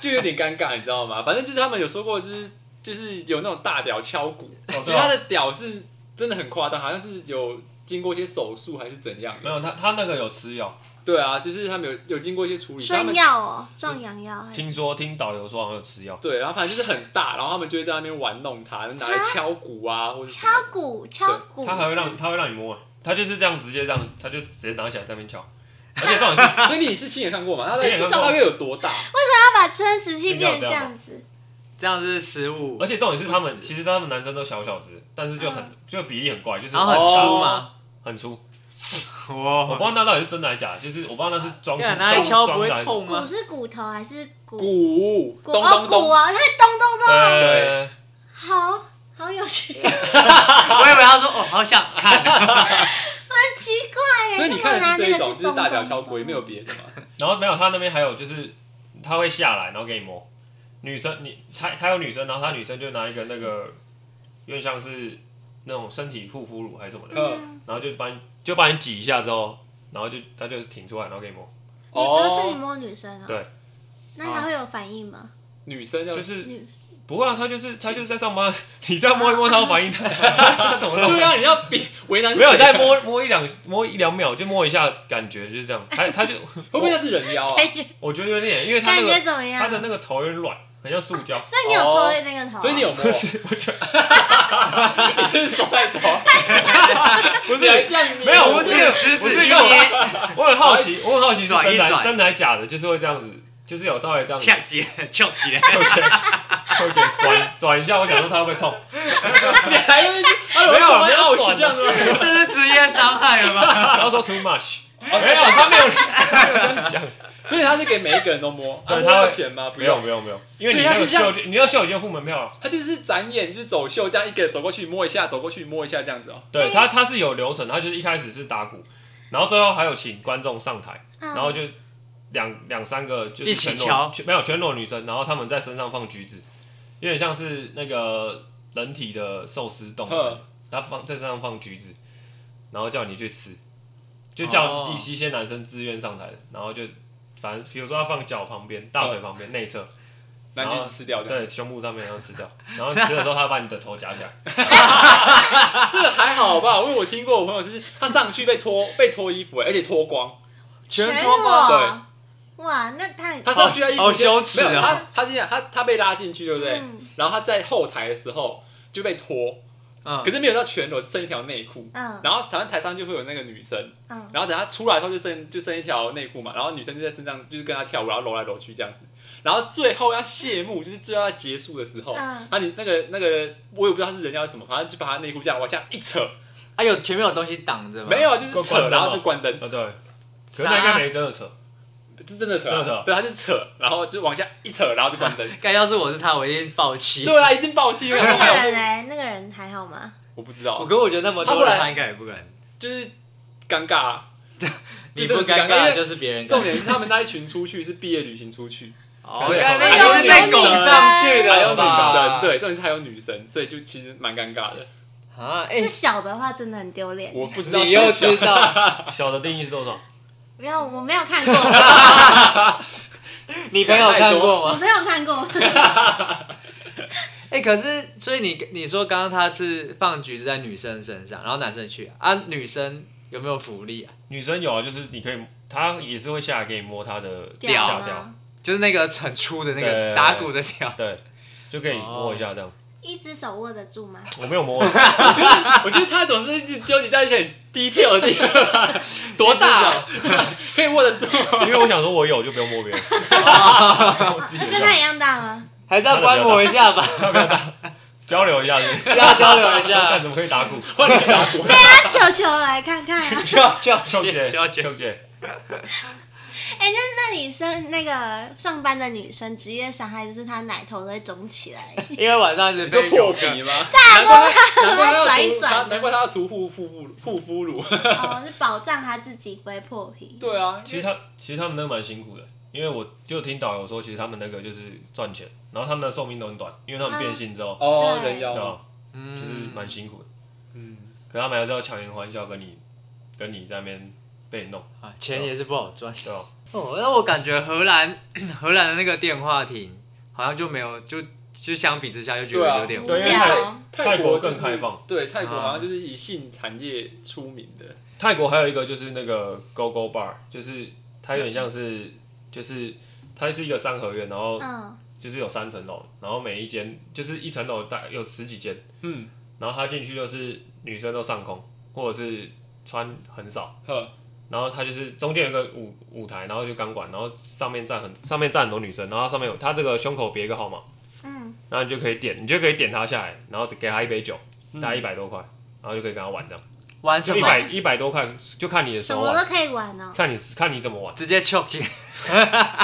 就有点尴尬，你知道吗？反正就是他们有说过，就是就是有那种大屌敲鼓，
哦
其
对
实他
啊
的屌是真的很夸张，好像是有经过一些手术还是怎样
没
的。
有他他那个有吃药，
对啊，就是他们有有经过一些处理，他
春
们
药哦，壮阳药还是
听说听导游说好像有吃药，
对，然后反正就是很大，然后他们就会在那边玩弄它，拿来敲鼓啊，或者
敲鼓敲鼓是，
他还会让他会让你摸，啊他就是这样直接这样，他就直接拿起来在那边敲，而且这种是
所以你是亲眼看过吗？它
亲
的
眼看过
上大约有多大？
他把生殖器变成这样子，
这样是十五
而，且这种是他们
不止
其实他们男生都小小只，但是就很
嗯
就比例很怪，就是
然后很粗嘛，
很粗，我不知
哇，
道那到底是真的还是假的，就是我不知道那是装
看啊拿来敲
装
不会
装的还是
痛啊
骨
吗？
是骨头还是骨？
鼓
骨
咚
哦
咚
骨
咚，
哦，它会咚咚咚，
对，
好好有趣，很
我以为他说哦，好想看，
奇怪耶。
所以你看
干嘛拿
的是这一
那个
种，就
去
是
咚
大
咚
屌
咚
敲鼓，也没有别的嘛。
然后没有他那边还有就是他会下来，然后给你摸，女生你他他有女生，然后他女生就拿一个那个有点像是那种身体护肤乳还是什么的，
嗯，
然后就把你就把你挤一下之后，然后就他就挺出来，然后给你摸，
你都是你
哦，
摸女生啊？
对。
那他会有反应吗？
女生要
就是
女
不会啊，他就是他就是在上 班，你这样摸一摸他有反应，他 他怎么弄？
对啊，你要比为 难
没有
谁
再摸摸一两摸一两秒就摸一下，感觉就是这样。他他就
会不会那是人妖啊？
感觉
我觉得有点，因为他
感
那
觉
个
怎么样？
他的
所
那个头有点软，很像塑胶。
以你有抽那个头
哦
啊？
所以你 有摸，
不是，我觉得
你这是手太抖， 不是还这样捏
没有我
这个食
不
指
是
一
因为
捏
我我很好奇，我很好奇是
转
真
一
的还
转
真的还是假的，就是会这样子，就是有稍微这样子，
呛起来，呛起来，
我觉得我觉得转转一下，我想说他会不会痛？
你还因为他
没有
干嘛
没有啊
要
转
这样子吗？
这是职业伤害了 吧？
然后说 too much，没有他没有他没有这样讲，
所以他是给每一个人都摸，啊
对
摸
他
要
会
钱吗？不
没有
用，
没有没有，因为
所
你
以他
那个
是这样
秀就你要秀已经付门票了，
他就是展演，就是走秀，这样一个走过去摸一下，走过去摸一下这样子哦。
对他他是有流程，他就是一开始是打鼓，然后最后还有请观众上台。
嗯，
然后就两两三个就是
一起
全裸
敲
全没有全裸女生，然后她们在身上放橘子，有点像是那个人体的寿司冻，
嗯，
她放在身上放橘子，然后叫你去吃，就叫
哦
一些男生自愿上台的，然后就反正比如说他放脚旁边、大腿旁边、内侧，
那你就吃掉的。
对胸部上面，然后吃掉，然后吃的时候他把你的头夹起 来，
这个还好吧？因为我听过我朋友是，他上去被脱被脱衣服，而且脱光。
全
脱光，
裸。哎哇，那他
他上去他衣服
哦
好
就
羞耻啊
没有他他现在他他被拉进去，对不对
嗯？
然后他在后台的时候就被脱，
嗯
可，是没有到全裸，剩一条内裤。
嗯
然后台湾台上就会有那个女生，
嗯，
然后等她出来的时候就剩就剩一条内裤嘛，然后女生就在身上就是跟她跳舞，然后揉来揉去这样子，然后最后要谢幕，就是最后要结束的时候，
嗯
啊你那个那个我也不知道她是人家什么，反正就把她内裤这样往下一扯，
还有哎前面有东西挡着吗？。
没，有就是
关嗯关
扯，
灯
然后
哦
就关灯，
啊对，可是那应该没真的扯，
这真的扯
真
啊，
的扯
对，她就扯，然后就往下一扯，然后就关灯
嗯
该要是我是他，我一定暴气。
对啊，一定爆气，因
那
为
那
她
个
有
人
说
嘞，那个人还好吗？
我不知
我
道，
跟我觉得那么
他
多
不
人，
然
他应该也不敢。
就是尴尬啊。
你
就
不
真的是
尴
尴尬因
尬
为
就是别人尴尬
重点是他们那一群出去是毕业旅行出去，
哦，
对
那
还有
个是被
女
拱
生
上去
还有
的
女
吧？
生，对，重点是还有女生，所以就其实蛮尴尬的。
啊，哎
是，小的话真的很丢脸。
我不知 道，
你又知道，
小的定义是多少？
没有，我没有 看过，
你朋友看过
我
吗？
没有看过。
哎，可是所以你你说刚刚他是放橘子在女生身上，然后男生去啊啊，女生有没有福利啊？
女生有啊，就是你可以，她也是会下来给你摸她的
屌
下掉，
吗？
就是那个很粗的那个
对
打鼓的条，
对，就可以摸一下这样。
一只手握得住吗？
我没有摸，啊
我觉得他总是一直纠结在一些很低调的地方，多大、啊、可以握得住？
因为我想说我有就不用摸别人。 我自己
是
有
跟
这
他
样
一样大吗？
还是要观摩一下 吧，
交流一下是不是，
大家交流一
看
下。
怎么可以打鼓。
换你打鼓，
那球球来看 看 啊！
就就
秀姐，
就就
秀姐，
哎、那那你生那个上班的女生职业伤害就是她奶头都会肿起来，
因为晚上一直
你就
被
破
有个
皮吗？难怪他难怪他要涂
转一转
他难怪他要涂护护肤护肤乳。
哦，就保障她自己不会破皮。
对啊，
其实他其实他们那个蛮辛苦的，因为我就听导游说，其实他们那个就是赚钱，然后他们的寿命都很短，因为他们变性之后，
哦
对
人
对
妖，
吧？
嗯
就是蛮辛苦的。
嗯，
可他们还是要强颜欢笑，跟你跟你在那边被弄，
啊，钱也是不好赚。
对吧？
哦，那我感觉荷兰 荷兰的那个电话亭好像就没有，就就相比之下就觉
对啊
得有点无
对，因为
无
泰
聊
泰
国
就
更
是
开放，
对泰国
啊
好像就是以性产业出名的，
泰国还有一个就是那个 Go Go Bar，就是它有点像是，就是它是一个三合院，然后
嗯，
就是有三层楼，然后每一间就是一层楼大有十几间，
嗯，
然后它进去就是女生都上空，或者是穿很少，
呵，
然后它就是中间有一个舞舞台，然后就钢管，然后上面站很上面站很多女生，然后上面有它这个胸口别一个号码，
嗯，
然后你就可以点，你就可以点它下来，然后只给他一杯酒，大概一百多块，然后就可以跟他玩这样，
玩
就
什
一
么
百一百多块，就看你的
什
手
么
腕，
都可以玩哦。
看你看你怎么玩，
直接 choke 进，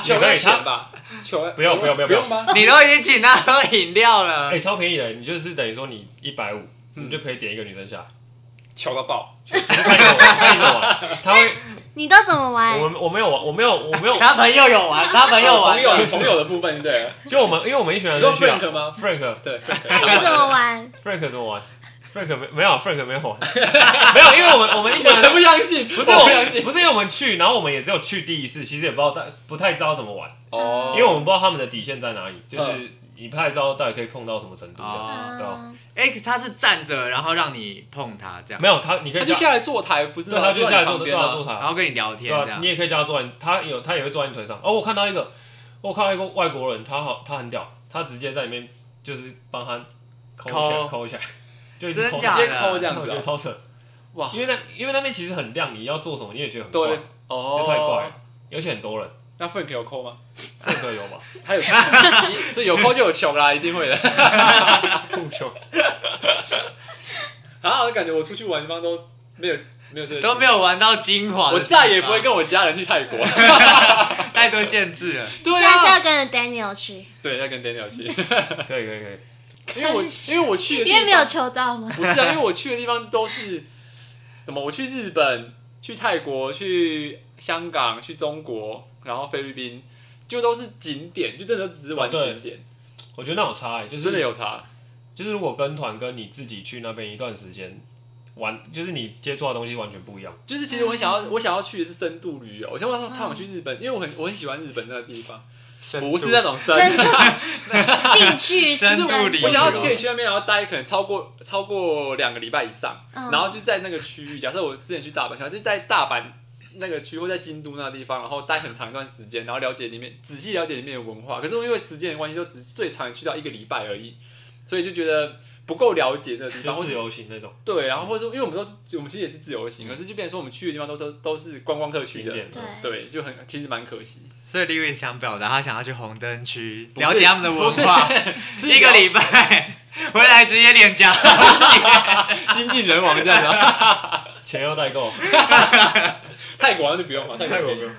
求
你可
爱
以
钱吧，求爱
不要不要不要
不用吗？
你都已经请他喝饮料了
哎、，超便宜的，你就是等于说你一百五，你就可以点一个女生下来，
求到爆，
就是看你怎么玩，看你怎么玩，他会。
你都怎么玩？
我们我没有玩，我没有我没有，
他朋友有玩，啊他朋友
哦朋
玩
友朋友的部分对了，
就我们因为我们一群人
你说
就去啊
Frank 吗
？Frank
对，
那你怎么玩？
Frank 怎么玩？Frank 没没有 Frank 没有玩，没有，因为我们我们一群
我才
人
不相信，不
不是
我
我
不相
们
信
不是因为我们去，然后我们也只有去第一次，其实也不知道大不太知道怎么玩，
哦
因为我们不知道他们的底线在哪里，就是你不太知道到底可以碰到什么程度的。
哦
对
嗯
啊，
哎、他是站着，然后让你碰他这样，
没有他，你可
他
以
就
叫
下来坐台，不是
对，
吗
他就下来
坐
坐对
你旁边
啊
啊
坐台
然
啊，
后跟你聊
对
天这
啊，
样
你。也可以叫他坐在你，他有他也会坐在你腿上。哦，我看到一个，我看到一个外国人，他好他很屌，他直接在里面就是帮他抠起来
抠
抠起来， 就一直
真
抠
假
直接
的
抠这
我
样子
觉得
啊，
超扯。
哇，
因为那因为那边其实很亮，你要做什么你也觉得很怪，
对，哦，
就太怪了，而且很多人，
那 Frank 有扣吗？
这个有 吧？
还有，这有扣就有球啦，一定会的。
不 球
然啊后我感觉我出去玩的地方都没有没有这个
都没有玩到精华，
我再也不会跟我家人去泰国。
太多限制 了。
对
下次
啊，
要跟着 Daniel 去，
对，要跟 Daniel 去，
可以可以可以，
因为我因为我去的地
因
方
为没有抽到 吗？
不是啊，因为我去的地方都是什么？我去日本、去泰国、去香港、去中国，然后菲律宾，就都是景点，就真的只是玩
哦对
景点，
我觉得那有差哎、就是
真的有差。
就是如果跟团跟你自己去那边一段时间玩，就是你接触到的东西完全不一样。
就是其实我很想要，
嗯
我想要去的是深度旅游。我想我超想去日本，因为我很我很喜欢日本那个地方，不是啊那种深，
深度进去
深
深
度旅
我想要
游
可以去那边，然后待可能超过超过两个礼拜以上，
嗯
然后就在那个区域。假设我之前去大阪，想就在大阪那个区或在京都那个地方，然后待很长一段时间，然后了解里面，仔细了解里面的文化。可是我因为时间的关系，就只最长也去到一个礼拜而已，所以就觉得不够了解那个地
就
方。或
自
者
由行 那种
对，然后或者说，因为我们都是我们其实也是自由行，可是就变成说我们去的地方都都都是观光客去
景
的，
点，
对
对，就很其实蛮可惜。
所以 l e w i 想表达，他想要去红灯区
不是
了解他们的文化，
是
一个礼拜 回来直接脸颊流血。
精尽人亡这样子、啊，
钱要代购，
泰国好像就不用了，泰
泰
国
国
不
不
用
用。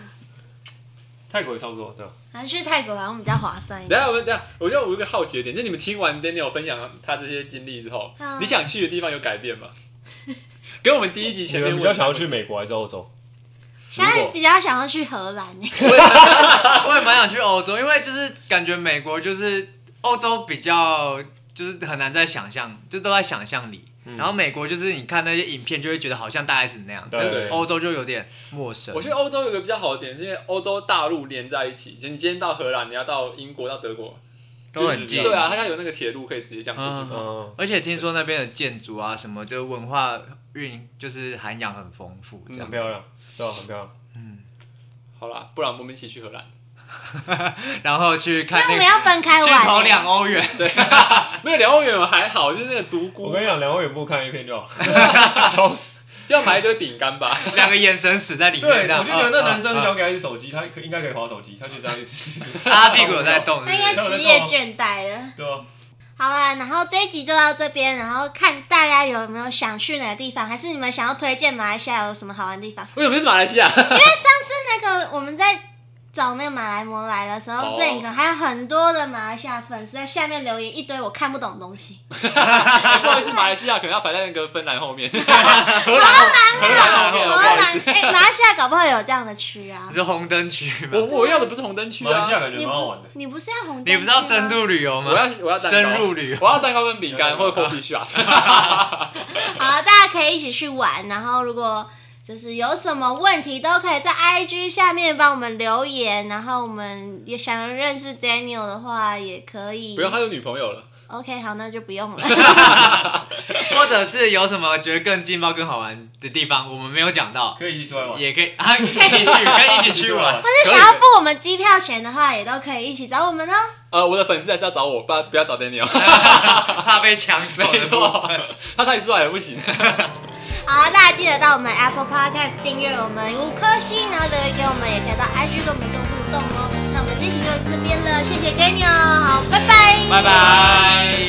泰国也差不多对吧？
还是去泰国好像比较划算一
等
点。
一下我们等一下，我就有一个好奇的点，就是你们听完 Daniel 分享他这些经历之后，
嗯
你想去的地方有改变吗？ 跟我们第一集
你
前面
们比
问
较想要去美国还是欧洲？
现在比较想要去荷兰欸呢，
我也蛮想去欧洲，因为就是感觉美国就是欧洲比较就是很难在想象，就都在想象里。
嗯
然后美国就是你看那些影片就会觉得好像大概是那样，
对
可是
对
欧洲就有点陌生
我。觉得欧洲有个比较好的点，是因为欧洲大陆连在一起，就你今天到荷兰，你要到英国、到德国，
都很近
对啊，它现在有那个铁路可以直接这样过去。
嗯
嗯，
而且听说那边的建筑啊什么，就文化蕴就是涵养很丰富，这样
嗯很。漂亮，对啊吧？很漂亮。
好啦，不然我们一起去荷兰。
然后去看
那我
那
们
个
要分开
去投
玩欸。
两欧元，
没有两欧元我还好，就是那个独
我
孤
跟你讲，两位也不看一片就 好，笑死。
要买一堆饼干 吧。
两个眼神死在里面。
对，
这样
我就觉得那男生
啊啊
想给他一只手机，他可应该可以划手机，他就这样一直，
啊他屁股有在动，
他
是
应
不是
该职业倦怠了。
对啊吧？
好啦，然后这一集就到这边，然后看大家有没有想去哪个地方，还是你们想要推荐马来西亚有什么好玩的地方？
为什么是马来西亚？
那个我们在找那个马来模来的时
哦
候，这个还有很多的马来西亚粉丝在下面留言一堆我看不懂的东西。
不好意思，马来西亚可能要排在那个芬兰后面。
荷兰，
对
荷
啊
荷
兰，不好意思
兰，哎、马来西亚搞不好有这样的区啊
你。是红灯区
我
吗？
我要的不是红灯区
马来
啊
西，亚感觉
你
蛮好
不
玩
是
的。
你不是要红灯区吗？
你不知道深度旅游吗？
我要我要蛋糕
深入旅游
我要蛋糕跟饼干或者 coffee shop。
好，大家可以一起去玩。然后如果就是有什么问题都可以在 IG 下面帮我们留言，然后我们也想认识 Daniel 的话也可以。
不用，他有女朋友了。
OK，好，那就不用了。
或者是有什么觉得更劲爆、更好玩的地方，我们没有讲到，
可以一起出来玩。
也可以啊，一起去，可以一起去玩。
或是想要付我们机票钱的话，也都可以一起找我们哦。
呃，我的粉丝还是要找我，不要不要找 Daniel，
怕被抢走
没
的部
错
分。，
他太帅了不行。
好，大家记得到我们 Apple Podcast 订阅我们五颗星，然后留言给我们，也可以到 IG 跟我们做互动哦。那我们这期就到这边了，谢谢 Daniel，好，拜拜，
拜拜。